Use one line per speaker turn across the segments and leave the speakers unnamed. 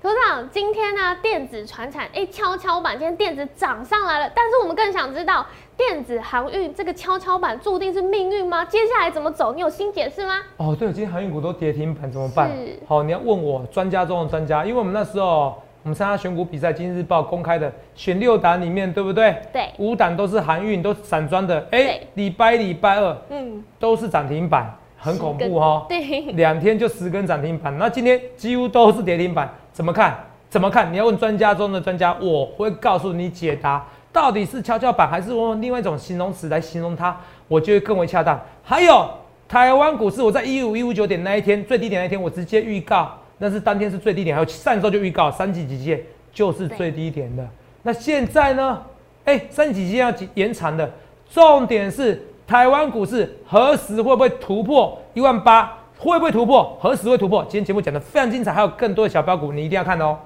长，今天呢、电子传产哎跷跷板，今天电子涨上来了，但是我们更想知道电子航运这个跷跷板注定是命运吗？接下来怎么走？你有新解释吗？
哦，对，今天航运股都跌停板，怎么办
是？
好，你要问我专家中的专家，因为我们那时候哦我们参加选股比赛，《今日报》公开的选六档里面，对不对？
对
五档都是航运，都是散装的。哎、
对
礼拜一礼拜二
嗯，
都是涨停板，很恐怖哦。
对，
两天就十根涨停板，那今天几乎都是跌停板，怎么看？怎么看？你要问专家中的专家，我会告诉你解答，到底是跷跷板还是我用另外一种形容词来形容它，我觉得更为恰当。还有台湾股市，我在一五一五九点那一天最低点那一天，我直接预告，那是当天是最低点，还有上周就预告三级极限就是最低点的。那现在呢？哎、三级极限要延长的，重点是台湾股市何时会不会突破一万八？会不会突破？何时会突破？今天节目讲的非常精彩，还有更多的小标股，你一定要看哦。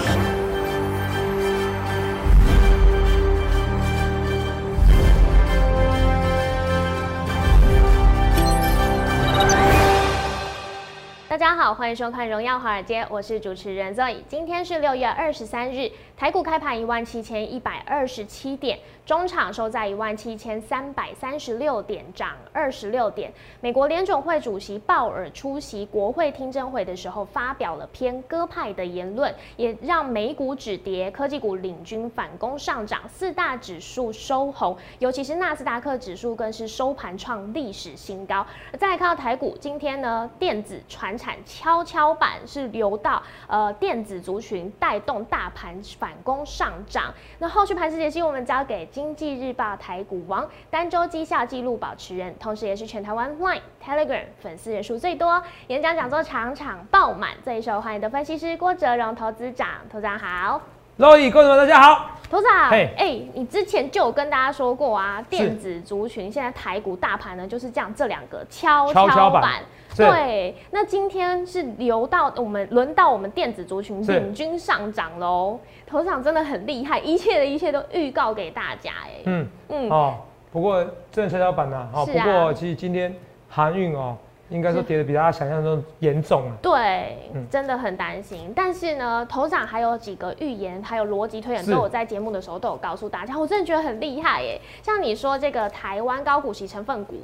大家好，欢迎收看《荣耀华尔街》，我是主持人 Zoe。今天是六月二十三日，台股开盘一万七千一百二十七点，中场收在一万七千三百三十六点，涨二十六点。美国联总会主席鲍尔出席国会听证会的时候，发表了偏鸽派的言论，也让美股止跌，科技股领军反攻上涨，四大指数收红，尤其是纳斯达克指数更是收盘创历史新高。再来看到台股，今天呢，电子、传产、跷跷板是流到呃电子族群，带动大盘反攻上涨。那后续盘势解析，我们交给经济日报台股王、单周绩效纪录保持人，同时也是全台湾 Line、Telegram 粉丝人数最多、演讲讲座场场爆满、最受欢迎的分析师郭哲荣投资长，投资长好。
各位观众们，大家好。
头长，哎
嘿、
你之前就有跟大家说过啊，电子族群现在台股大盘呢就是这样，这两个跷
跷
跷
跷板
板。
是
对，那今天是留到我们轮到我们电子族群
是
领军上涨喽。头长真的很厉害，一切的一切都预告给大家哎、
嗯，
嗯，
哦，不过正跷跷板呐、哦，
是啊
不过其实今天航运哦，应该说跌的比大家想象中严重啊。
对，
嗯
真的很担心。但是呢，头长还有几个预言，还有逻辑推演，
是
都有在节目的时候都有告诉大家，我真的觉得很厉害耶。像你说这个台湾高股息成分股，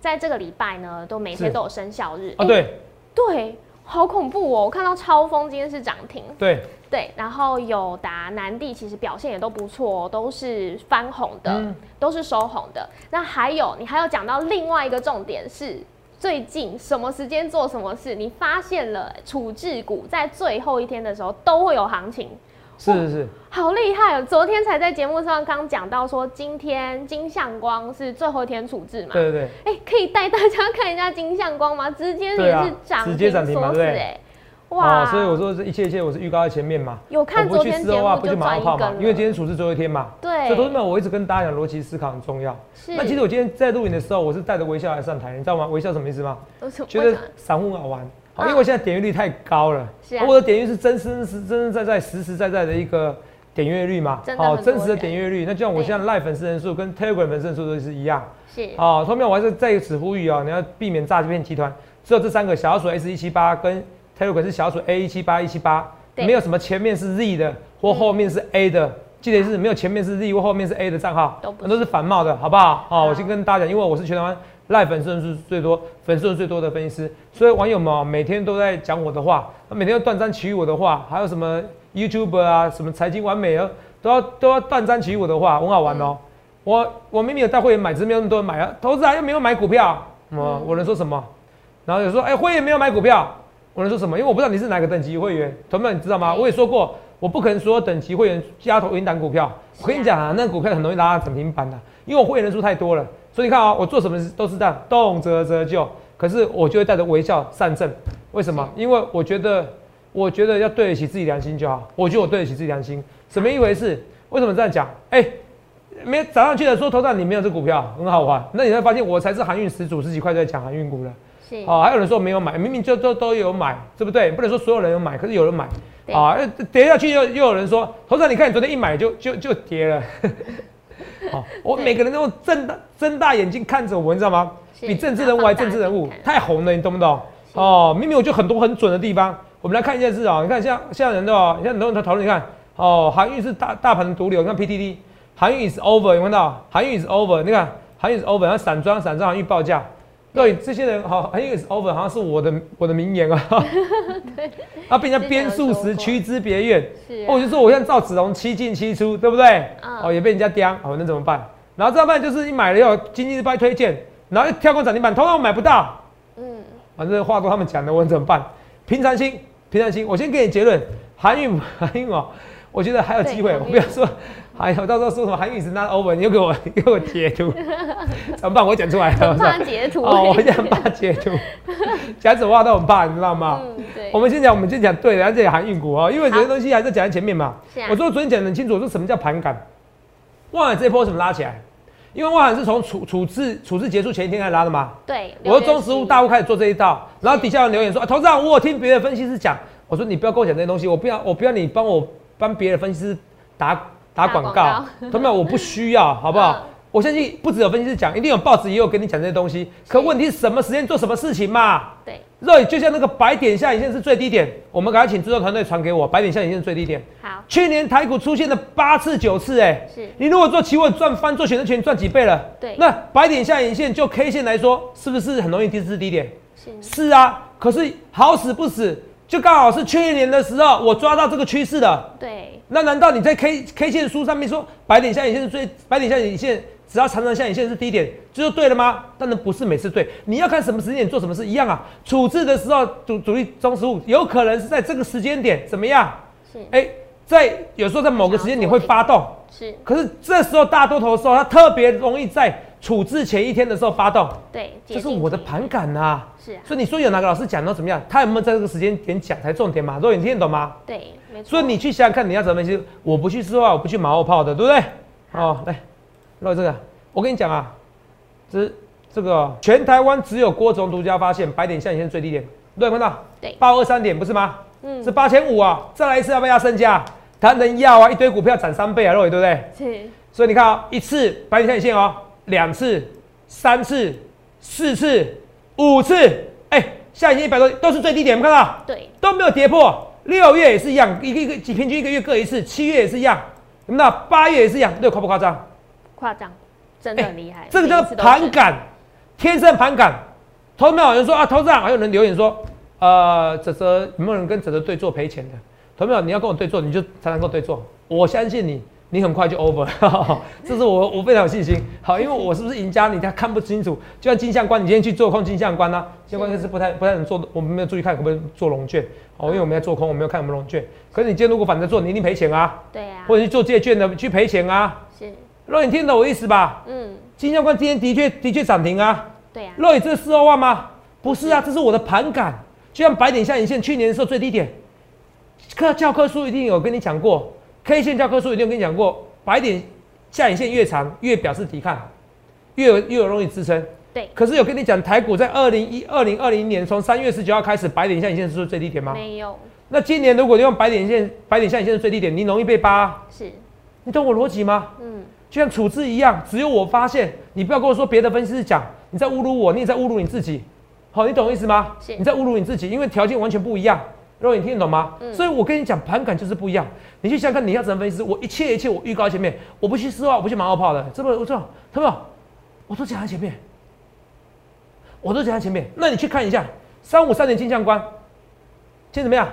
在这个礼拜呢，都每天
是
都有生效日。
哦，
诶
对
对，好恐怖哦！我看到超风今天是涨停，
对，
对，然后友达、南地其实表现也都不错、哦，都是翻红的，
嗯
都是收红的。那还有，你还有讲到另外一个重点是，最近什么时间做什么事，你发现了处置股在最后一天的时候都会有行情。
是是是，
好厉害哦！昨天才在节目上刚讲到说，今天金相光是最后一天处置嘛？
对对对。
哎、可以带大家看一下金相光吗？直接
对
也
啊
是涨停锁死、哎，
直接涨停嘛对不对
哇、
哦，所以我说这一切一切，我是预告在前面嘛。
有看
我不
昨
去
天
事
节
后啊，
目
不
就
去马
赚
后
一
炮
根
嘛
了，，
因为今天处置最后一天嘛。
对，
所以同志们，我一直跟大家讲逻辑思考很重要。
是
那其实我今天在录影的时候，我是带着微笑来上台，你知道吗？微笑什么意思吗？
我是
觉
为
得
什么
散户好玩，好
嗯
因为我现在点阅率太高了。哦
是啊
我的点阅是真真实真真在在实实在在的一个点阅率嘛
真，的
好
很多
真实的
人
点阅率。那就像我现在 live 粉丝人数跟 Telegram 粉丝人数都是一样。
是
哦，后面我还是在此呼吁哦，你要避免诈骗集团，只有这三个小老鼠 S 一七八跟 Telegram 是小老鼠 A 一七八一七八，
对嗯
没有什么前面是 Z 的或后面是 A 的，记得是没有前面是 Z 或后面是 A 的账号
都不，是
那都是反冒的，好不好？好、
好
我先跟大家讲，因为我是全台湾赖粉丝人数最多、粉丝人数最多的分析师，所以网友们哦每天都在讲我的话，每天都断章取义我的话，还有什么 YouTube 啊，什么财经完美啊，都要都要断章取义我的话，很好玩哦。我我明明有带会员买，只是没有那么多人买啊，投资啊又没有买股票，我、我能说什么？然后有说，哎、会员没有买股票，我能说什么？因为我不知道你是哪个等级会员，同学们你知道吗？
对
我也说过，我不可能所有等级会员加投云档股票。
是啊
我跟你讲啊，那股票很容易拉涨停板的、因为我会员人数太多了。所以你看啊、我做什么事都是这样，动辄折旧，可是我就会带着微笑善阵。为什么？因为我觉得，我觉得要对得起自己良心就好。我觉得我对得起自己良心，怎么一回事？为什么这样讲？哎、没涨上去的说头上你没有这股票，很好玩。那你会发现我才是航运始祖，十几块就在讲航运股了。
是
哦，还有人说没有买，明明就都都有买，对不对？不能说所有人有买，可是有人买
对
啊，呃跌下去又又有人说，头上你看你昨天一买就就就跌了。 哦，我
对
每个人都睁大睁大眼睛看着我，你知道吗？
是
比政治人物还政治人物
大家放大眼睛，
太红了，你懂不懂？
是
哦，明明我就很多很准的地方，我们来看一件事啊、你看像现在人的哦，现在很多人在讨论，你看哦，航运是大大盘的毒瘤，你看 PTT，航运 is over，有没有看到？航运 is over，你看航运 is over，然后散装散装航运报价。对，这些人好，航运 is over，好像是我的我的名言 啊。 啊，被人家编数十，屈之别院。
是啊
哦，我就说我现在赵子龙七进七出，对不对？
嗯
哦，也被人家刁，哦，那怎么办？然后这样办就是你买了以后，经济日报推荐，然后又跳空涨停板，通常我买不到，
嗯，
反正话都他们讲的，我怎么办？平常心，平常心。我先给你结论，韩运 韩运哦，我觉得还有机会。
对
我
韩
不
运
要说，哎呀，我到时候说什么韩运是 not over，你又给我 又给我截图，怎么办？我讲出来了，
很 怕截图。
哦，我现在很怕截图，讲什么话都很怕，你知道吗？
嗯，对，
啊我们先讲，我们先讲对的，而且韩运股哦，因为有些东西还是讲在前面嘛。
是啊
我说昨天讲得很清楚，我说什么叫盘感？万海这一波为什么拉起来？因为万海是从处处置处置结束前一天开始拉的嘛。
对，
我说中实物大户开始做这一道，然后底下有人留言说：“啊，头上我有听别的分析师讲，我说你不要跟我讲这些东西，我不要，我不要你帮我帮别的分析师打打
打
广
广
告，同没有？我不需要，好不好？
嗯
我相信不只有分析师讲，一定有报纸也有跟你讲这些东西。可
是
问题是什么时间做什么事情嘛？
对，
热，就像那个白点下影线是最低点，我们赶快请制作团队传给我，白点下影线是最低点。
好
去年台股出现了八次九次、哎，
是
你如果做期货赚翻，做选择权赚几倍了？
对
那白点下影线就 K 线来说，是不是很容易低至低点？
是
是啊，可是好死不死，就刚好是去年的时候我抓到这个趋势了。
对，
那难道你在 K K 线书上面说白点下影线是最白点下影线，只要长长下影线是低点，这就对了吗？当然不是每次对，你要看什么时间点做什么事一样啊。处置的时候主主力中实物有可能是在这个时间点怎么样？
是
哎、在有时候在某个时间点会发动，
是，
可是这时候大多头的时候，它特别容易在处置前一天的时候发动，
对，
这是我的盘感呐、
是啊，
所以你说有哪个老师讲到怎么样？他有没有在这个时间点讲才重点嘛？若你听得懂吗？
对，没错。
所以你去想想看，你要怎么去？我不去说话，我不去马后炮的，对不对？哦，来，露这个，我跟你讲啊，这这个哦全台湾只有郭总独家发现白点下影线最低点，对，看到
对，
八二三点不是吗？
嗯
是八千五啊，再来一次要不要压身价？谈人要啊，一堆股票涨三倍啊，肉伟对不对？
是
所以你看啊、一次白点下影线哦，两次、三次、四次、五次，哎、下影线一百多都是最低点，有没有看到？
对，
都没有跌破。六月也是一样，一个一个几平均一个月各一次，七月也是一样，有没有看到？八月也是一样，这个夸不夸张？
夸张，真的很厉害。
哎这个叫
每一次都
盘
是，
感，天生盘感。投资朋友有人说啊，投资长，还有人留言说，呃，泽泽有没有人跟泽泽对坐赔钱的？投资朋友，你要跟我对坐，你就常常跟我对坐，我相信你，你很快就 over，这是 我我非常有信心。好，因为我是不是赢家，你他看不清楚。就像金相关，你今天去做空金相关啊，金相关是不太不太能做，我们没有注意看有没有做龙券哦，因为我们在做空，我没有看有没有龙券。可是你今天如果反着做，你一定赔钱啊，
对啊，
或者去做借券的去赔钱啊。
是，
若你听懂我意思吧？
嗯，
金相关今天的确的确涨停啊，
对啊，
肉眼这是四二万吗？不是啊，这是我的盘感，就像白点下影线去年的时候最低点，课教科书一定有跟你讲过，K 线教科书一定有跟你讲过，白点下影线越长越表示抵抗，越有越有容易支撑。
对，
可是有跟你讲，台股在二零一二零二零年从三月十九号开始，白点下影线是最低点吗？
没有，
那今年如果你用白点线、白点下影线是最低点，你容易被扒啊、
是，
你懂我逻辑吗？
嗯，
就像处置一样，只有我发现，你不要跟我说别的分析师讲，你在侮辱我，你也在侮辱你自己。好，你懂我意思吗？
是
你在侮辱你自己，因为条件完全不一样。肉眼听得懂吗？
嗯
所以我跟你讲，盘感就是不一样。你去想想看，你要怎么分析师？我一切一切我预告前面，我不去丝袜，我不去马后炮的，这不我这样，他们我都讲在前面，我都讲在前面。那你去看一下三五三年金相关，今天怎么样？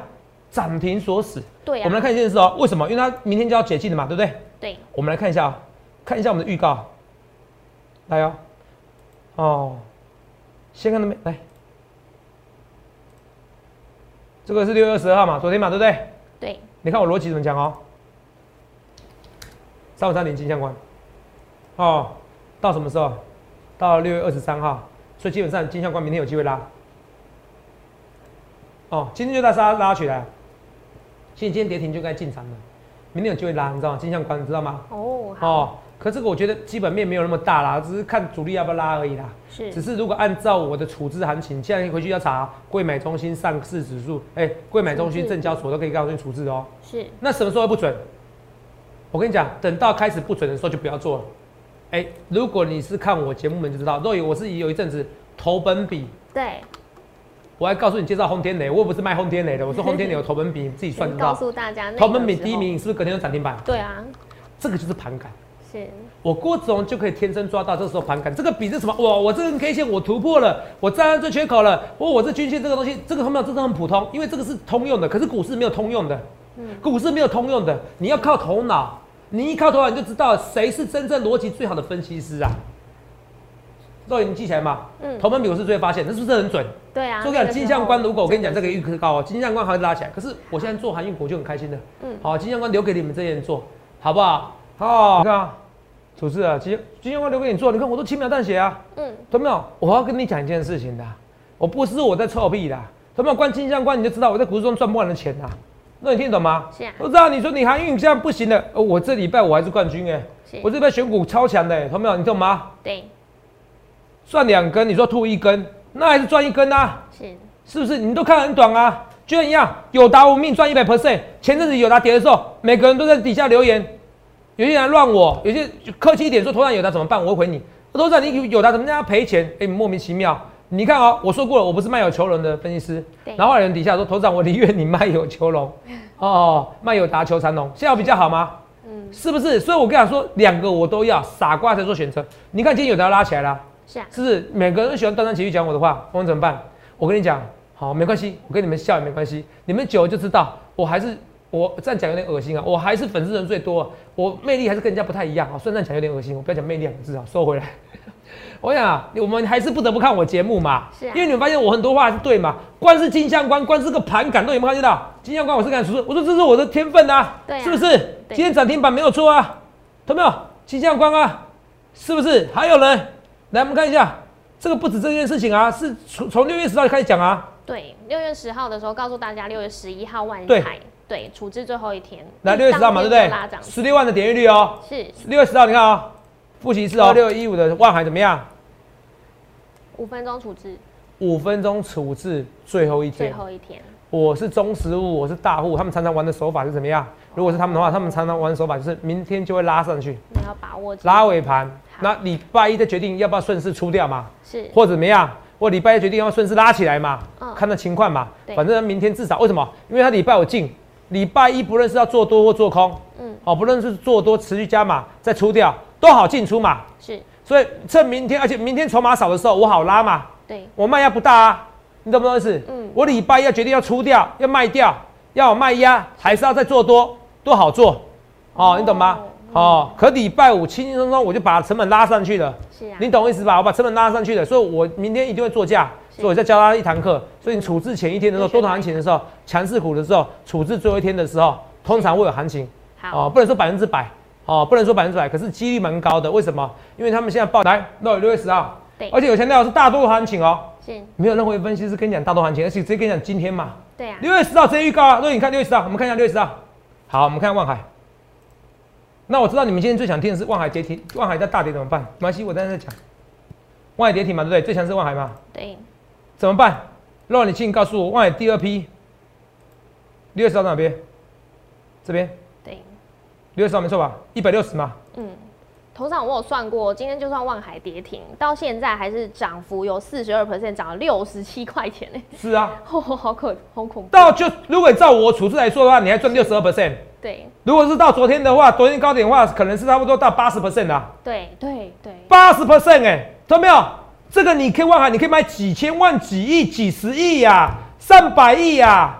涨停锁死。
对啊，
我们来看一件事哦，为什么？因为它明天就要解禁了嘛，对不对？
对，
我们来看一下、啊，看一下我们的预告。来哦，哦，先看到没？来，这个是六月二十二号嘛，昨天嘛，对不对？
对，
你看我逻辑怎么讲哦？三五三零金相关，哦，到什么时候？到六月二十三号，所以基本上金相关明天有机会拉。哦，今天就在拉拉起来，所以今天跌停就该进场了，明天有机会拉，你知道吗？金相关你知道吗？
哦，好，
哦，可这个我觉得基本面没有那么大啦，只是看主力要不要拉而已啦。
是
只是如果按照我的处置行情，现在回去要查贵买中心、上市指数，哎、贵买中
处
心、
置
证交所都可以告诉你处置哦。
是，
那什么时候不准？我跟你讲，等到开始不准的时候就不要做了。哎、如果你是看我节目，你就知道，若有我是有一阵子投本比，
对，
我还告诉你介绍轰天雷，我又不是卖轰天雷的，我说轰天雷有投本比，你自己算就知
告
道。
诉大家那个时
投
候，
本比第一名，你是不是隔天就涨停板？
对啊，
这个就是盘感。
是
我郭子龙就可以天生抓到这时候盘感，这个比是什么？哇，我这根 K 线我突破了，我站上最缺口了。哇，我这均线这个东西，这个他们真的很普通，因为这个是通用的，可是股市没有通用的，股市没有通用的，你要靠头脑，你一靠头脑你就知道谁是真正逻辑最好的分析师啊。肉眼你记起来嘛？
嗯
头门比我是最会发现，那是不是很准？
对啊。
所以我跟你
那个
讲，
时
金相关，
候
如果我跟你讲这个预科高哦，金相关还会拉起来。可是我现在做航运股就很开心的，
嗯
好，金相关留给你们这些人做，好不好？好，你看啊，主持啊，金金相关留给你做，你看我都轻描淡写啊，
嗯，
懂没有？我要跟你讲一件事情的啊，我不是我在臭屁的啊，懂没有？关金相关你就知道我在股市中赚不完的钱呐、那你听得懂吗？
是啊
我知道你说你航运现在不行了，呃我这礼拜我还是冠军哎、
是
我这礼拜选股超强的、欸，懂没有？你懂吗？
对，
赚两根，你说吐一根，那还是赚一根啊。
是
是不是？你都看很短啊，就一样，友达无命赚一百 percent。前阵子友达跌的时候，每个人都在底下留言，有些人乱我，有些就客气一点说，头上友达怎么办？我会回你，头上你友达怎么让他赔钱？哎、莫名其妙。你看哦，我说过了，我不是卖友求荣的分析师
对。
然后有人底下说，头长，我宁愿你卖友 求荣，哦，卖友达求长龙，现在有比较好吗？
嗯
是不是？所以我跟你讲说，两个我都要，傻瓜才做选择。你看今天友达拉起来了、
是啊，
是不是每个人都喜欢断章取义讲我的话？我们怎么办？我跟你讲，好，没关系，我跟你们笑也没关系，你们久了就知道，我还是我这样讲有点恶心啊，我还是粉丝人最多，我魅力还是跟人家不太一样啊。虽然这样讲有点恶心，我不要讲魅力两个字啊，收回来。 我想、啊，我们还是不得不看我节目嘛，
是啊
因为你们发现我很多话是对嘛，光是金相关，光是个盘感都有没有看见到？金相关我是敢说，我说这是我的天分啊，
对啊
是不是？
对
今天涨停板没有错啊，有没有？金相关啊，是不是？还有人来，我们看一下，这个不止这件事情啊，是从从六月十号就开始讲啊。
对，六月十号的时候告诉大家，六月十一号万
对
海对处置最后一天，
来六月十号嘛，
当
对
天
不对
就拉涨？
十六万的点阅率哦，
是
六月十号你看哦，复习一次哦，
好
六一五的万海怎么样？
五分钟处置
五分钟处置最后一
最
天，
后一天，
我是中实物，我是大户，他们常常玩的手法是怎么样？如果是他们的话，他们常常玩的手法就是明天就会拉上去，
你要把握机
拉尾盘，
好
那礼拜一再决定要不要顺势出掉嘛。
是
或者怎么样，我礼拜一决定要顺势拉起来嘛，
嗯
看那情况嘛
对。
反正明天至少为什么？因为他礼拜五进，礼拜一不论是要做多或做空，
嗯
哦，不论是做多持续加码再出掉，都好进出嘛。
是
所以趁明天，而且明天筹码少的时候，我好拉嘛，
对
我卖压不大啊，你懂不懂意思？
嗯
我礼拜一要决定要出掉，要卖掉，要有卖压，还是要再做多，多好做，哦，你懂吗？哦，可礼拜五轻轻松松我就把成本拉上去了。
是啊，
你懂我意思吧？我把成本拉上去了，所以我明天一定会做价，
是
所以我再教大家一堂课。所以你处置前一天的时候，
你选
多头行情的时候，强势股的时候，处置最后一天的时候，通常会有行情哦
好，
不能说百分之百哦，不能说百分之百，可是几率蛮高的。为什么？因为他们现在报来六六月十号，
对
而且有强调是大多头行情哦，
是，
没有任何一个分析师跟你讲大多头行情，而且直接跟你讲今天嘛，
对啊，
六月十号直接预告啊。所以你看六月十号，我们看一下六月十号，好，我们看万海。那我知道你们今天最想听的是万海跌停，万海在大跌怎么办？没关系，我在那讲。万海跌停嘛，对不对？最强是万海嘛，
对，
怎么办？让你进告诉我，万海第二批，六月十号在哪边？这边，
对，
六月十号没错吧？一百六十嘛，
嗯，头上我有算过，今天就算望海跌停，到现在还是涨幅有四十二 percent，涨了六十七块钱呢、
是啊。
哦，好可好恐怖。
到就如果照我处置来说的话，你还赚六十二 percent。
对
如果是到昨天的话，昨天高点的话，可能是差不多到八十 percent 啊啦。
对对对，
八十 percent 哎，懂没有？这个你可以望海，你可以买几千万、几亿、几十亿呀、上百亿呀、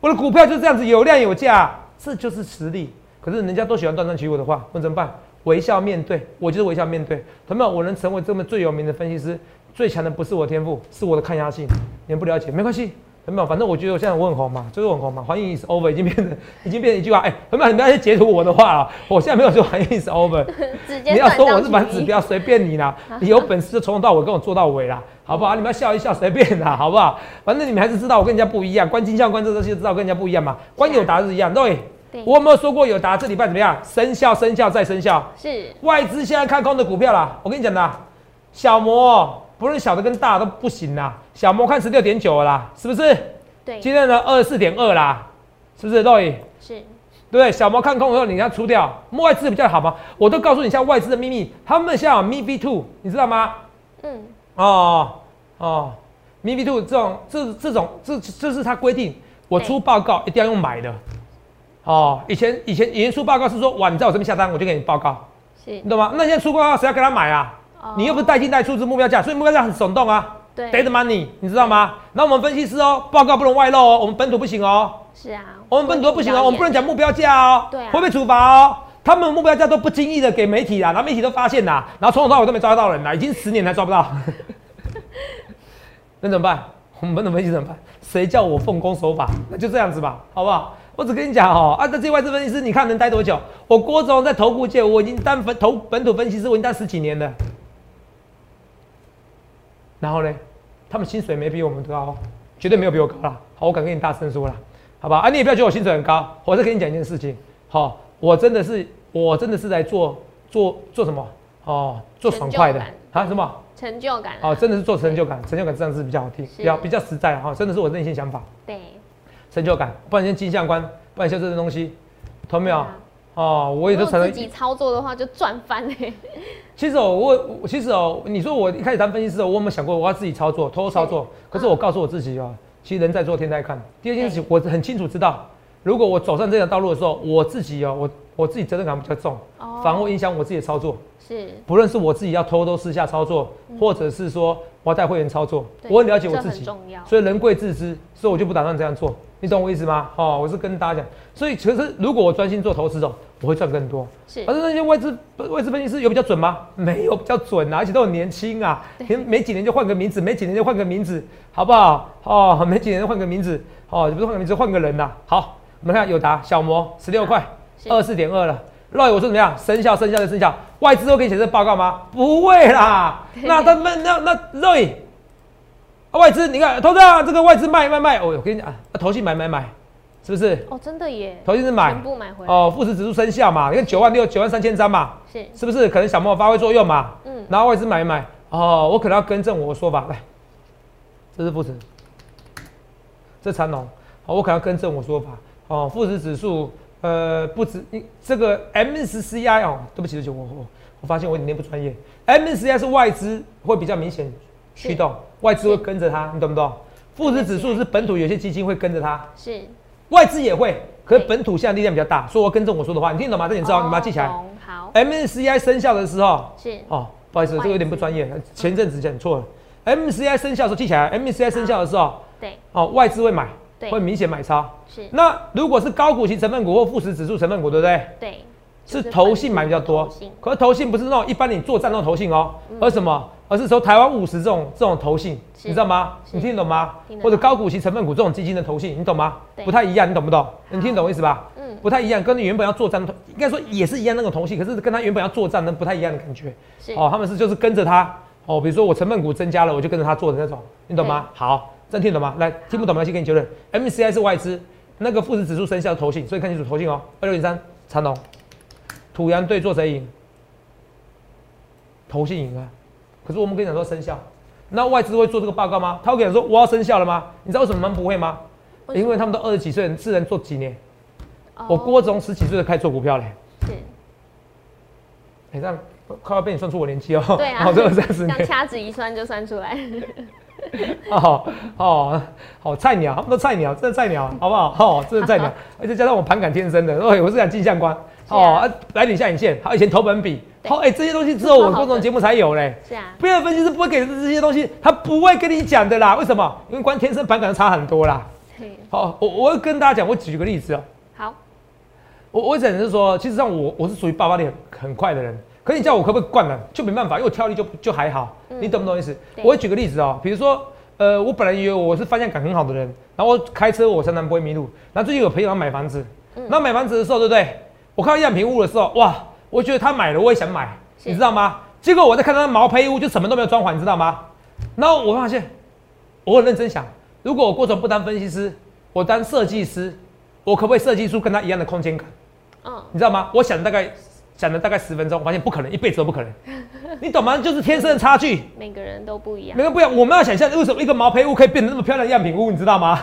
我的股票就这样子有量有价、这就是实力。可是人家都喜欢断章取义我的话，我怎么办？微笑面对，我就是微笑面对。懂没有？我能成为这么最有名的分析师，最强的不是我的天赋，是我的抗压性。你们不了解没关系，懂没有？反正我觉得我现在我很红嘛，就是我很红嘛。环影 is over 已经变成已经变成一句话，哎、懂没有？你不要去截图我的话啊，我现在没有说环影 is over。
直接
你要
断
说
章
我是
取
反指
义
标，随便你啦，
啊
你有本事就从头到尾跟我做到尾啦，好不好？你们要笑一笑，随便啦，好不好？反正你们还是知道我跟人家不一样，关金相关这东西就知道跟人家不一样嘛。关友达是一样，对
对。
我有没有说过友达这礼拜怎么样？生效，生效再生效。
是
外资现在看空的股票啦，我跟你讲啦，小摩哦不论小的跟大的都不行啦。小摩看十六点九啦，是不是？
对
今天呢二四点二啦，是不是？对。
是
对不对？小毛看空以后，你要出掉，外资比较好吗？我都告诉你，现在外资的秘密，他们现在有 m i v Two，你知道吗？
嗯
哦哦， MiFi Two 这种这这种这这是它规定，我出报告一定要用买的。哦，以前以前以前出报告是说，哇，你在我这边下单，我就给你报告，
是
你懂吗？那现在出报告谁要跟他买啊？
哦
你又不是带进带出是目标价，所以目标价很耸动啊。
对
Dead money，你知道吗？那我们分析师哦，报告不能外露哦，我们本土不行哦，
是啊，
我们本土不行哦，我们不能讲目标价哦，
对啊
会被处罚哦。他们的目标价都不经意的给媒体啦，然后媒体都发现啦，然后从头到尾都没抓到人啦，已经十年还抓不到， 那怎么办？我们本土分析怎么办？谁叫我奉公守法？那就这样子吧，好不好？我只跟你讲哦，啊，这这外资分析师，你看能待多久？我郭总在投顾界，我已经当本投本土分析师，我已经当十几年了。然后呢，他们薪水没比我们高哦，绝对没有比我高啦。好，我敢跟你大声说啦，好吧？啊，你也不要觉得我薪水很高，我再跟你讲一件事情，好、我真的是，我真的是来做做做什么？哦，做爽快的
成就
啊？什么？
成就感啊
哦，真的是做成就感，成就感这样子比较好听，
是
比较比较实在哈、哦，真的是我内心想法，
对，
成就感，不然像金相关，不然像这些东西，同没有？
对啊
哦，我
我
也都承认
自，己操作的话就赚翻嘞、
其实哦，我我其实哦，你说我一开始当分析师哦，我有没有想过我要自己操作、偷偷操
嗯
作？可是我告诉我自己哦，其实人在做天在看。第二件事情，我很清楚知道，如果我走上这条道路的时候，我自己哦，我我自己责任感比较重，
哦
反而会影响我自己的操作。
是
不论是我自己要偷偷私下操作，或者是说我要带会员操作，
嗯对
我很了解我
这
自
很
己
重要，
所以人贵自知，所以我就不打算这样做，你懂我意思吗？哦，我是跟大家讲，所以其实如果我专心做投资哦，我会赚更多。
是
可是那些外资外资分析师有比较准吗？没有比较准啊，而且都很年轻啊，没没几年就换个名字，没几年就换个名字，好不好？哦，没几年就换个名字，哦，不是换个名字，换个人呐、啊好，我们看友达小摩十六块，
是
二四点二了。赖我说怎么样？生效，生效的生效。外资都可以写这报告吗？不会啦。那他们那那瑞，啊外资你看，投资啊，这个外资卖卖卖，哦，我跟你讲，啊，投信买买买，是不是？
哦，真的耶，
投信是买
全，部买回来、
哦，富时指数生效嘛，你看九万六、九万三千张嘛，
是
是不是？可能小摩发挥作用嘛，
嗯
然后外资买一买，哦，我可能要更正我的说法，来，这是富时，这是长龙，好，我可能要更正我说法，哦，富时指数，呃，不止一这个 MSCI 哦，对不起，对不起，我我我发现我有点不专业，MSCI 是外资会比较明显驱动，外资会跟着它，你懂不懂？富时指数是本土有些基金会跟着它，
是，
外资也会，可
对
是
哦
本土现在力量比较大，所以我跟着我说的话，你听懂吗？这点知道，你把它记起来。哎
懂好，
MSCI 生效的时候，
是
哦，不好意思，这个有点不专业，前阵子讲错了。MSCI 生效的时候记起来，MSCI 生效的时候，
对
哦，外资会买，
对
会明显买超。
是，
那如果是高股息成分股或富时指数成分股，对不对？
对
是投信买比较多
投信，嗯
可是投信不是那种一般你做战那种投信哦，而什么？而是从台湾五十这种这种投信，
是
你知道吗？
是
你听得懂吗
听得？懂
或者高股息成分股这种基金的投信，你懂吗
对？
不太一样，你懂不懂？你听懂我意思吧？
嗯
不太一样，跟你原本要作战，应该说也是一样那种投信，可是跟他原本要作战的不太一样的感觉。
是
哦，他们是就是跟着他哦，比如说我成分股增加了，我就跟着他做的那种，你懂吗？好，这样听得懂吗？来，听不懂没关系，给你纠正。MCI 是外资，那个富时指数生效投信，所以看清楚投信哦，二六零三长龙，土洋对做谁赢？投信赢啊！可是我们跟你讲说生效，那外资会做这个报告吗？他会跟你讲说我要生效了吗？你知道为什么他们不会吗？
为什么
因为他们都二十几岁，是能做几年？
哦
我郭总十几岁就开始做股票嘞、
是，
哎、这样快要被你算出我年纪哦、
对啊，
好，这个三十
这
年
样，掐指一算就算出来，
哦哦，好菜鸟，他们都菜鸟，真的菜鸟，好不好？哦，真的菜 鸟，而且加上我盘感天生的，哦，我是讲镜像观，
是啊
哦，啊来领下影线，还有以前投本笔，
对
好，哎，这些东西只有我们
好好的
公众节目才有嘞。
是啊，
不要分析是不会给这些东西，他不会跟你讲的啦。为什么？因为光天生盘感就差很多啦。
对，
好，我我会跟大家讲，我举个例子哦、
好，
我我只能是说，其实上我我是属于爆发力很很快的人，可是你叫我可不可以灌篮，就没办法，因为我跳力就就还好，
嗯
你懂不懂意思？
对
我会举个例子哦，比如说，呃，我本来以为我是方向感很好的人，然后我开车我常常不会迷路，然后最近有朋友要买房子，
嗯
那、买房子的时候，对不对？我看到样品屋的时候，哇，我觉得他买了，我也想买，
是
你知道吗？结果我在看他的毛坯屋，就什么都没有装潢，你知道吗？然后我发现，我很认真想，如果我郭总不当分析师，我当设计师，我可不可以设计出跟他一样的空间感？
嗯，
你知道吗？我想了大概想了大概十分钟，我发现不可能，一辈子都不可能。 你懂吗？就是天生的差距，
每个人都不一样
每，个不一样。我们要想象为什么一个毛坯屋可以变得那么漂亮的样品屋，你知道吗？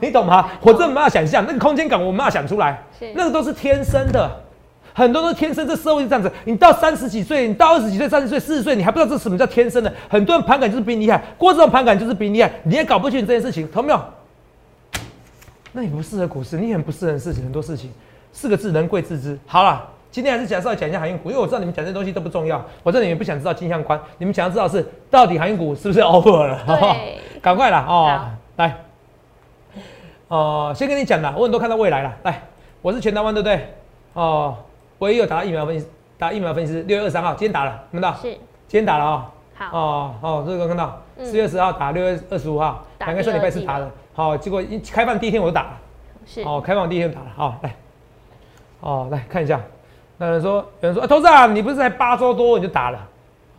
你懂吗？我真的没办法想象那个空间感，我没办法想出来
是，
那个都是天生的。很多都天生，这社会就这样子。你到三十几岁，你到二十几岁、三十岁、四十岁，你还不知道这什么叫天生的。很多人盘感就是比你厉害，郭这种盘感就是比你厉害，你也搞不清楚这件事情，懂没有？那你不适合股市，你很不适合的事情，很多事情，四个字人贵自知。好了，今天还是假设讲一下航运股，因为我知道你们讲这些东西都不重要，我知道你们不想知道金相关，你们想要知道是到底航运股是不是 over 了，
对
赶快啦哦
好，
来，哦、先跟你讲啦，我很多看到未来啦，来，我是全台湾对不对？哦、我也有打疫苗分析，打疫苗分析师，六月二十三号今天打了，看到？
是
今天打了哦。
好，
哦哦，这个看到
嗯
四月十号打，六月二十五号，
打
两个上礼拜四
第二
打
季
的，好、结果一开放第一天我就打了，
是
哦，开放第一天就打了，好、来，哦，来看一下，那有人说有人说，啊、投资啊，你不是才八周多你就打了，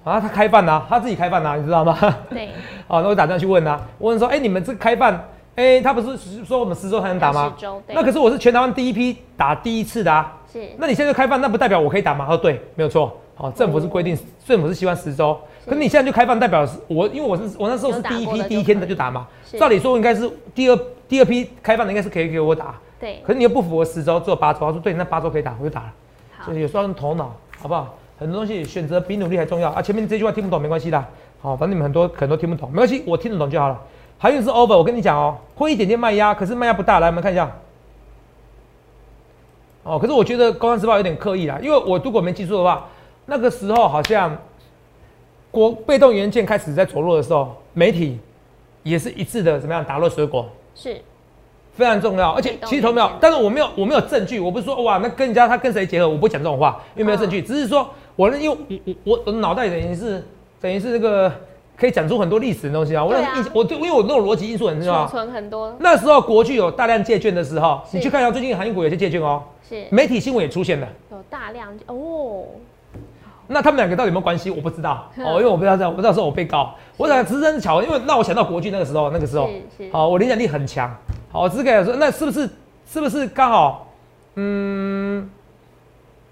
啊，他开放啊，他自己开放啊，你知道吗？
对，
哦，那我打算去问啊，我问说，哎、你们这开放，哎、他不是说我们十周才能打吗
十？周对
那可是我是全台湾第一批打第一次的啊，
是
那你现在就开放，那不代表我可以打吗？哦，对，没有错。哦，政府是规定，政府是希望十周，
是
可你现在就开放，代表是我，因为我是我那时候是第
有打
一
过
批
的
第一天的
就可以
就打嘛
是，
照理说应该是第二第二批开放的应该是可以给我打，
对，
可是你又不符合十周，只有八周，他说对，那八周可以打，我就打了。
好
所，以有时候用头脑，好不好？很多东西选择比努力还重要啊！前面这句话听不懂没关系的，好、反正你们很多很多听不懂，没关系，我听得懂就好了。航运是 over，我跟你讲哦，会一点点卖压，可是卖压不大，来我们看一下。哦，可是我觉得《工商时报》有点刻意啦，因为我如果没记错的话，那个时候好像国被动元件开始在着落的时候，媒体也是一致的怎么样打落水果，
是
非常重要，而且
被动
其实投
元
票
件，
但是我没有我没有证据，我不是说哇，那跟人家他跟谁结合，我不讲这种话，因为没有证据，只是说我因为我我我脑袋等于是等于是那个可以讲出很多历史的东西啊，我那
对
个
啊
印我对，因为我那种逻辑因素很重
储
要啊。
存很多
那时候国巨有大量借券的时候，你
是
去看一下最近航运股有些借券哦，
是
媒体新闻也出现了。
有大量哦，
那他们两个到底有没有关系？我不 知道
嗯
哦，因为我不知道这样，我不知道说我被告，我想只是很巧合，因为让我想到国巨那个时候，那个时候，
是是
好、我联想力很强，好，我只是跟你说，那是不是是不是刚好，嗯，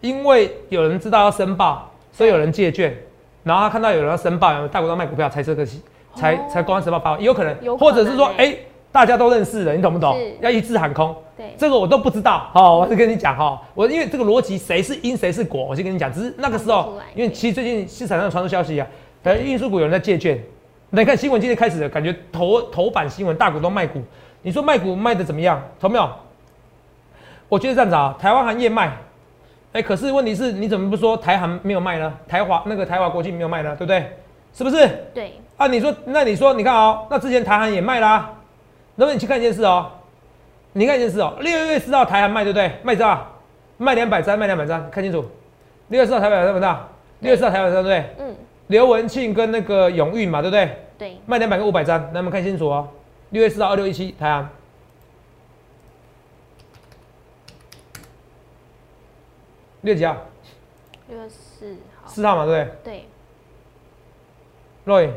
因为有人知道要申报，所以有人借券，然后他看到有人要申报，有大股东卖股票，才这个才、
哦
才公安申报发文，也有可能，
有可
或者是说，
能
哎、
欸
大家都认识了，你懂不懂
是？
要一致喊空，
对，
这个我都不知道，哦，我是跟你讲哈、哦，我因为这个逻辑谁是因谁是果，我先跟你讲，只是那个时
看不
候
出来，
因为其实最近市场上传出消息啊，呃，运输股有人在借券，那你看新闻今天开始了，感觉头头版新闻大股东卖股，你说卖股卖的怎么样？投没有？我觉得这样子啊，台湾行业卖，哎，可是问题是你怎么不说台航没有卖呢？台华那个台华国际没有卖呢，对不对？是不是？
对
啊，你说，那你说，你看哦，那之前台韩也卖啦、那么你去看一件事哦，你看一件事哦，六月四号台韩卖对不对？卖多少？卖两百张，卖两百张，看清楚。六月四号台北张多少？六月四号台北张对不对？
嗯
刘文庆跟那个永运嘛，对不对？
对
卖两百跟五百张，那我们看清楚哦。六月四号二六一七台航，六几号？
六月四号
四号嘛，对不对？
对
Roy，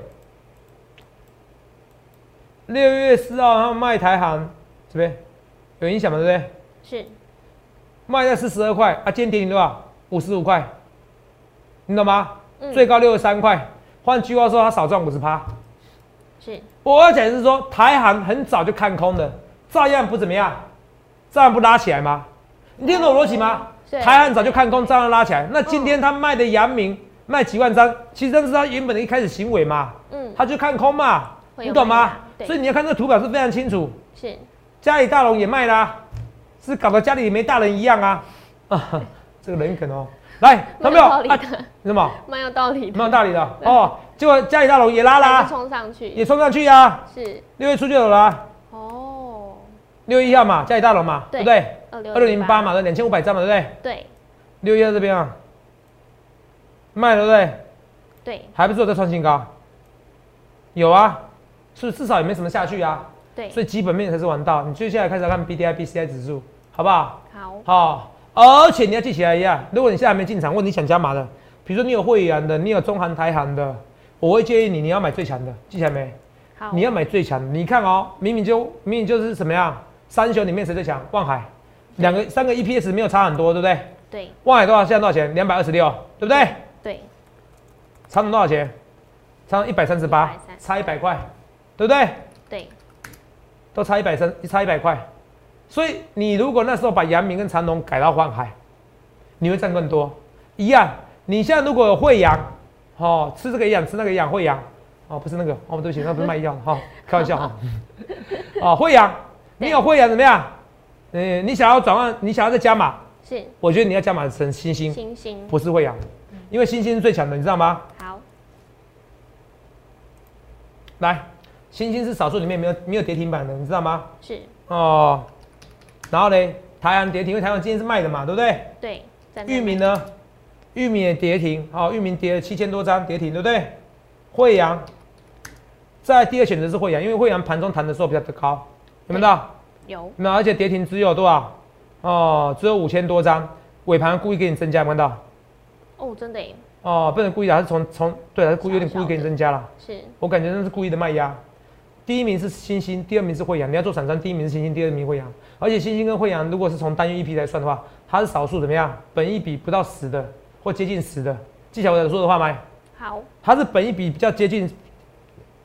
六月四号他卖台行这边有影响吗？对不对？
是
卖在四十二块啊，今天跌停多少？五十五块，你懂吗？
嗯
最高六十三块。换句话说，他少赚五十趴。
是
我要讲的是说，台行很早就看空了，照样不怎么样，照样不拉起来吗？你听懂我逻辑吗？
是
台行早就看空，照样拉起来。那今天他卖的阳明卖几万张，其实那是他原本的一开始行为嘛。
嗯
他就看空嘛，
会有
你懂
卖
吗
压？对
所以你要看这个图表是非常清楚。
是
家里大龙也卖啦、是搞得家里没大人一样啊。啊，这个人梗哦，来，有
蛮
没
有
有？
道理
啊
的，
什么？
蛮有道理的，
没有道理的哦。结果家里大龙也拉啦、
还是冲上去
也冲上去呀、啊，
是
六月初就有啦、
哦，
六月一号嘛，家里大龙嘛，
对
对不对？
二六
二六零八嘛，对，两千五百张嘛，对不对？
对
六月这边啊，卖了对不对？
对
还不是有在创新高？有啊，是至少也没什么下去啊。
对
所以基本面才是王道。你接下来开始要看 B D I B C I 指数，好不好？
好
好、而且你要记起来一样，如果你现在还没进场，问你想加码的，比如说你有会员的，你有中韩台韩的，我会建议你你要买最强的，记起来没？
好
你要买最强的，你看哦，明明就明明就是怎么样，三雄里面谁最强？望海，两个三个 E P S 没有差很多，对不对？
对
望海多少？现在多少钱？两百二十六，对不对？
对
长隆多少钱？长隆一百三十八，差一百块，对不对？
对
都差一百三，差一百块。所以你如果那时候把阳明跟长隆改到万海，你会赚更多。一样，你现在如果有惠阳，哦，吃这个一样，吃那个一样，惠阳，哦，不是那个，哦，对不起，那不是卖药的哈、开玩笑哈。哦，惠阳，你有惠阳怎么样？嗯，你想要转换，你想要再加码，
是
我觉得你要加码成星星，嗯
星星，
不是惠阳，因为星星是最强的，你知道吗？
好，
来，星星是少数里面没有没有跌停板的，你知道吗？
是
哦，然后呢，台阳跌停，因为台阳今天是卖的嘛，对不对？
对，站在
域名呢，域名也跌停，好、域名跌了七千多张，跌停，对不对？惠阳，在第二选择是惠阳，因为惠阳盘中弹的时候比较高，有没有到？
有
那而且跌停只有多少？哦，只有五千多张，尾盘故意给你增加，有没有看到？
哦，真的耶
哦，不能故意的，还是从从对，还是故意有点故意给你增加了。
是
我感觉那是故意的卖压。第一名是星星，第二名是惠阳。你要做散装，第一名是星星，第二名惠阳。而且星星跟惠阳，如果是从单月一批来算的话，它是少数怎么样？本一比不到十的，或接近十的。记小我说的话吗？
好，
它是本一比比较接近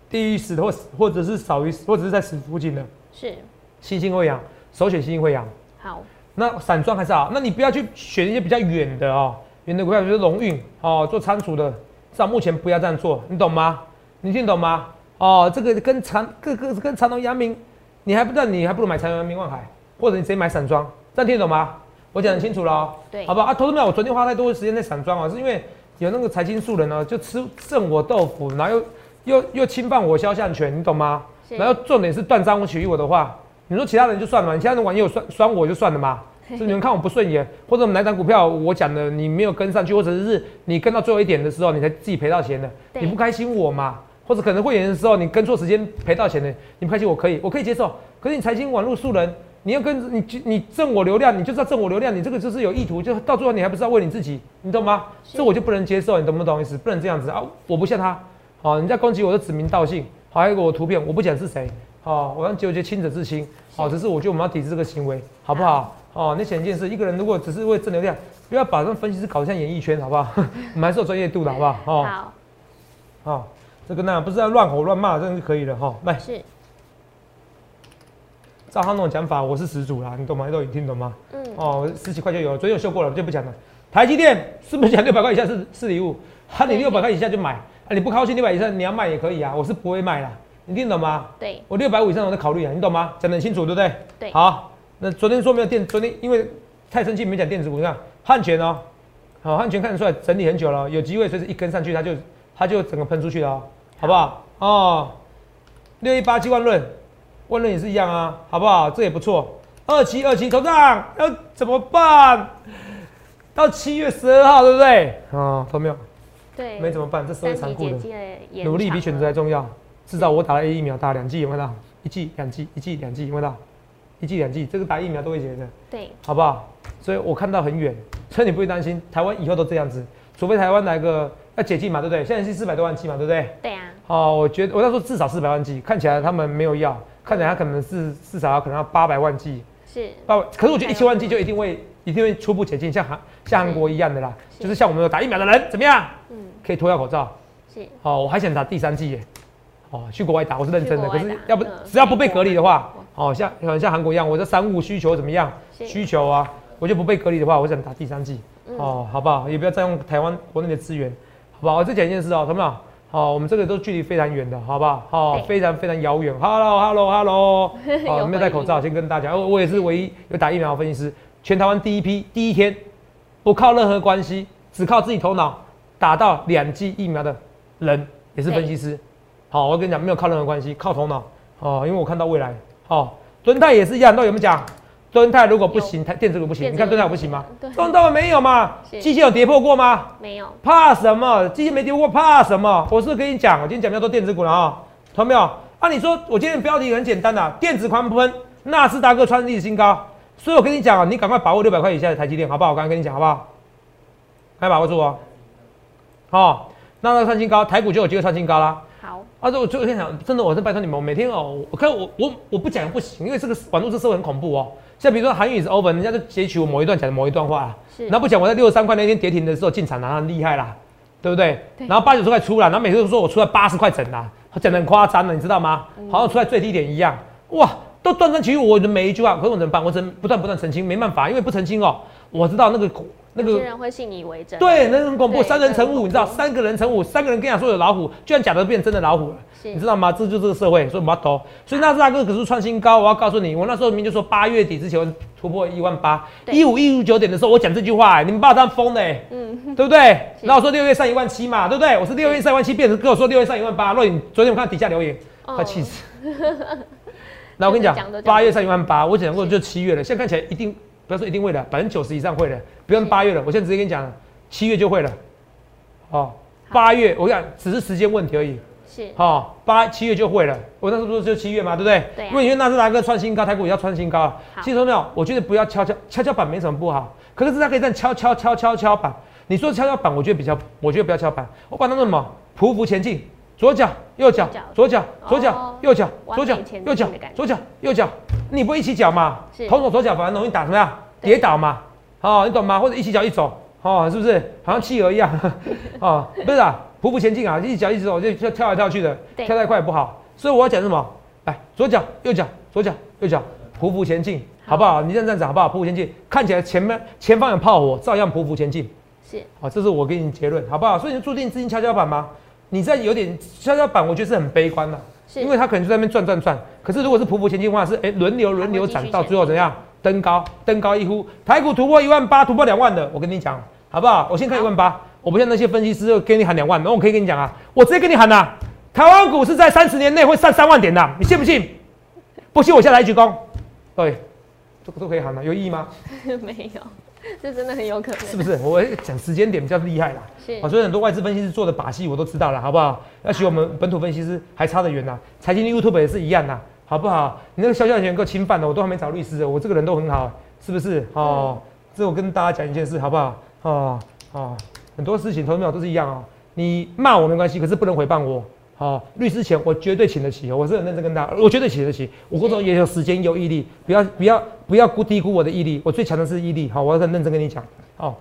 低于十的，或或者是少于10，或者是在十附近的。
是
星星惠阳，首选星星惠阳。
好，
那散装还是好，那你不要去选一些比较远的哦，远的股票，比如说龙运哦，做仓储的，至少目前不要这样做，你懂吗？你听懂吗？哦，这个跟长各个跟长隆、阳明，你还不知道，你还不如买长隆、阳明、万海，或者你直接买散装，这样听得懂吗？我讲得很清楚了、哦，
对
好不好？啊，投资们，我昨天花太多的时间在散装啊，是因为有那个财经素人呢、就吃剩我豆腐，然后又又又侵犯我肖像权，你懂吗？
是
然后重点是断章取义我的话，你说其他人就算了嘛，你其他人网友酸酸我就算 了嘛，是你们看我不顺眼，或者我们哪一档股票我讲的你没有跟上去，或者是你跟到最后一点的时候，你才自己赔到钱的，
对
你不开心我嘛，或者可能会员的时候你跟错时间赔到钱的，你不开心我可以，我可以接受，可是你财经网络素人。你要跟你你挣我流量，你就知道挣我流量，你这个就是有意图，就到最后你还不知道为你自己，你懂吗？
是
这我就不能接受，你懂不懂意思？不能这样子啊！我不像他，好、人家攻击我的指名道姓，好，还有一个我图片，我不讲是谁，好、我要纠结清者自清，好、只是我觉得我们要抵制这个行为，好不好？哦，那显一件事，一个人如果只是为正能量，不要把这种分析师搞得像演艺圈，好不 好？我们还是有专业度的，好不好？哦，
好
好、这个那不是要乱吼乱骂，这样就可以了哈、来，
是
照他那种讲法，我是始祖啦，你懂吗？都你听懂吗？
嗯
哦，十几块就有了，昨天有修过了，就不讲了。台积电是不是讲六百块以下是是礼物？啊，你
对
六百块以下就买，啊，你不高兴六百以上你要卖也可以啊，我是不会卖啦，你听懂吗？
对
我哦六百五以上我在考虑啊，你懂吗？讲得很清楚，对不对？
对
好，那昨天说没有电，昨天因为太生气没讲电子股，你看汉泉哦，好，汉泉看得出来整理很久了哦，有机会随时一跟上去，它就它就整个喷出去了哦，好不好？哦，六一八七万润，万润也是一样啊，好不好？这也不错。二七二七，头涨要怎么办？到七月十二号，对不对？哦，投没有，
对，
没怎么办，这社会残酷的
哎三级。戒戒延
努力比
长
选
了
择还重要。至少我打了 A 疫苗，打了两剂，有没有看到？一剂、两剂、一剂、两剂，有没有看到？一剂、两剂，这个打疫苗都会觉得，
对
好不好？所以我看到很远，所以你不会担心，台湾以后都这样子，除非台湾来个要解禁嘛，对不对？现在是四百多万剂嘛，对不对？
对啊，
哦，我觉得我那时候至少四百万剂，看起来他们没有要，看起来他可能是至少要可能要八百万剂，
是
八百，可是我觉得一千万剂就一定会一定会初步解禁，像韩像韩国一样的啦，
是
就是像我们有打疫苗的人怎么样，
嗯
可以脱掉口罩，
是
哦，我还想打第三季耶。哦，去国外打我是认真的，
去国
可
外打
是要不、
嗯
只要不被隔离的话
美，
哦，像像像韩国一样，我这三物需求怎么样？
是
需求啊，我就不被隔离的话，我想打第三季。
嗯
哦，好不好？也不要占用台湾国内的资源，好不好？我再讲一件事哦，同不好？好、我们这个都距离非常远的，好不好？好、
对
非常非常遥远。Hello，Hello，Hello，好、
有
没有戴
回
口
应
罩，先跟大家，我我也是唯一有打疫苗的分析师，全台湾第一批，第一天不靠任何关系，只靠自己头脑打到两剂疫苗的人，也是分析师。好，我跟你讲，没有靠任何关系，靠头脑。哦，因为我看到未来。哦，敦泰也是一样，到底有没有讲？敦泰如果不行，台电子股不行，
电
你
子
看
股
敦泰不行吗
对？
撞到了没有嘛？
是
基线有跌破过吗？
没有
怕什么？基线没跌破，怕什么？我是跟你讲，我今天讲比较多电子股了啊、同懂没有？啊，你说我今天的标题很简单的、电子狂喷，纳斯达克创历史新高，所以我跟你讲啊，你赶快把握六百块以下的台积电，好不好？我刚刚跟你讲，好不好？赶快把握住哦。好、哦，那它创新高，台股就有机会创新高啦。
好
啊，这我就跟你讲，真的，我是拜托你们，我每天哦，我看我我我不讲不行，因为这个网络这社会很恐怖哦。像比如说韩语是 over，人家就截取我某一段讲的某一段话啊啦，
是
那不讲我在六十三块那天跌停的时候进场，然后很厉害啦，对不对？
对
然后八九十块出啦，然后每次都说我出来八十块整啦，讲的很夸张的，你知道吗？
嗯
好像出来最低点一样，哇，都断章取义我的每一句话，可是我怎么办？我只能不断不断澄清，没办法，因为不澄清哦，我知道那个那
有
个
些人会信以为真。
对，那很恐怖，
啊对
三人成
很恐
虎，
怖
你知道，三个人成虎，三个人跟你讲说有老虎，居然假的变真的老虎了，
是
你知道吗？这就是这个社会，所以我们要投。所以纳斯达克指数创新高，我要告诉你，我那时候明明就说八月底之前会突破一万八，
对
一五一五九点的时候，我讲这句话、你们把我当疯嘞、
嗯，
对不对？
是
然后我说六月上一万七嘛，对不对？我是六月上一万七，变成跟我说六月上一万八。若你昨天我看底下留言，
哦
快 气死！那我跟你讲
讲都，讲
八月上一万八，我讲过就七月了，现在看起来一定不要说一定会了，百分之九十以上会了，不用
是
八月了，我现在直接跟你讲，七月就会了。哦，八月我跟你讲只是时间问题而已。
是
哦，八七月就会了。我那时候不是就七月嘛，对不对？
对啊
因为你觉得纳斯达克创新高，台股也要创新高啊
好。
其实说没有，我觉得不要敲敲敲敲板没什么不好，可是它可以这样敲敲敲敲敲板。你说敲敲板，我觉得比较，我觉得不要敲板，我把它弄什么匍匐前进，左脚右脚，左脚左脚
哦
右脚，
完
左脚
美前进
右脚
的感觉
左脚右脚，你不会一起脚嘛
是？
同手左脚反而容易打什么呀？
对
跌倒嘛。哦，你懂吗？或者一起脚一走，哦，是不是好像企鹅一样？ 哦，不是啊，匍匐前进啊，一脚一直走就就跳来跳去的，
对
跳太快也不好。所以我要讲什么？来，左脚右脚，左脚右脚，匍匐前进，
好
好不好？你这样子好不好？匍匐前进，看起来前面前方有炮火，照样匍匐前进。
是
好、这是我给你结论，好不好？所以你就注定资金跷跷板吗？你在有点跷跷板，我觉得是很悲观的、
是，
因为它可能就在那边转转转。可是如果是匍匐前进的话，是哎轮流轮流
它会
涨
继续
到最后
前进
怎样？登高登高一呼，台股突破一万八，突破两万的，我跟你讲，好不好？我先看一万八，我不像那些分析师又给你喊两万，那我可以跟你讲啊，我直接跟你喊呐、台湾股市在三十年内会上三万点的，你信不信？不信我下来一鞠躬，对，这个都可以喊啊了、有意义吗？
没有，这真的很有可能。
是不是？我讲时间点比较厉害啦。
是
啊，所以很多外资分析师做的把戏我都知道了，好不好？要学我们本土分析师还差得远呐。财经 YouTube 也是一样呐，好不好？你那个肖像权够侵犯的，我都还没找律师的，我这个人都很好，是不是？哦，这我跟大家讲一件事，好不好？哦哦，很多事情投秒都是一样哦。你骂我没关系，可是不能诽谤我。好、律师钱我绝对请得起哦，我是很认真跟大家，我绝对请得起。我工作也有时间，有毅力，不要不要不要估低估我的毅力，我最强的是毅力。好、我很认真跟你讲。哦好、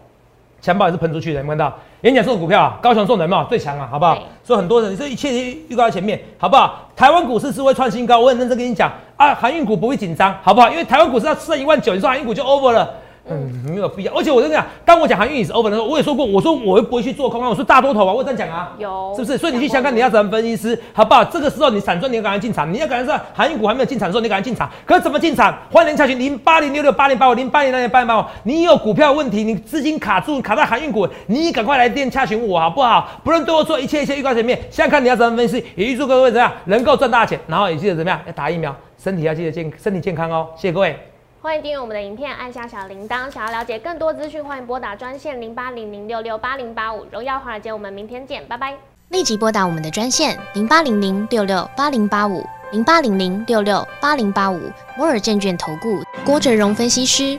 强宝也是喷出去的，有没有看到？演讲送的股票啊，高雄送的有没有最强啊？好不好
对？
所以很多人这一切预告在前面，好不好？台湾股市是会创新高，我很认真跟你讲啊，航运股不会紧张，好不好？因为台湾股市要吃到一万九，你说航运股就 over 了。嗯，没有必要。而且我跟你讲，当我讲航运也是 over 的时候，我也说过，我说我又不会去做空啊，我说大多头啊，我有这样讲啊。
有
是不是？所以你去想想看，你
要
要怎么分析师，好不好？这个时候你散装你要赶快进场，你要赶快是航运股还没有进场的时候，你赶快进场。可是怎么进场？欢迎下去零八零六六八零八五零八零六六八零八五，你有股票问题，你资金卡住卡在航运股，你赶快来电洽询我好不好？不论对我做一切一切预告前面，想想看你要怎么分析，也预祝各位怎么样能够赚大钱，然后也记得怎么样要打疫苗，身体要记得健身体健康哦，谢谢各位。
欢迎订阅我们的影片，按下小铃铛。想要了解更多资讯，欢迎拨打专线零八零零六六八零八五。荣耀华尔街，我们明天见，拜拜。
立即拨打我们的专线零八零零六六八零八五零八零零六六八零八五摩尔证券投顾郭哲荣分析师。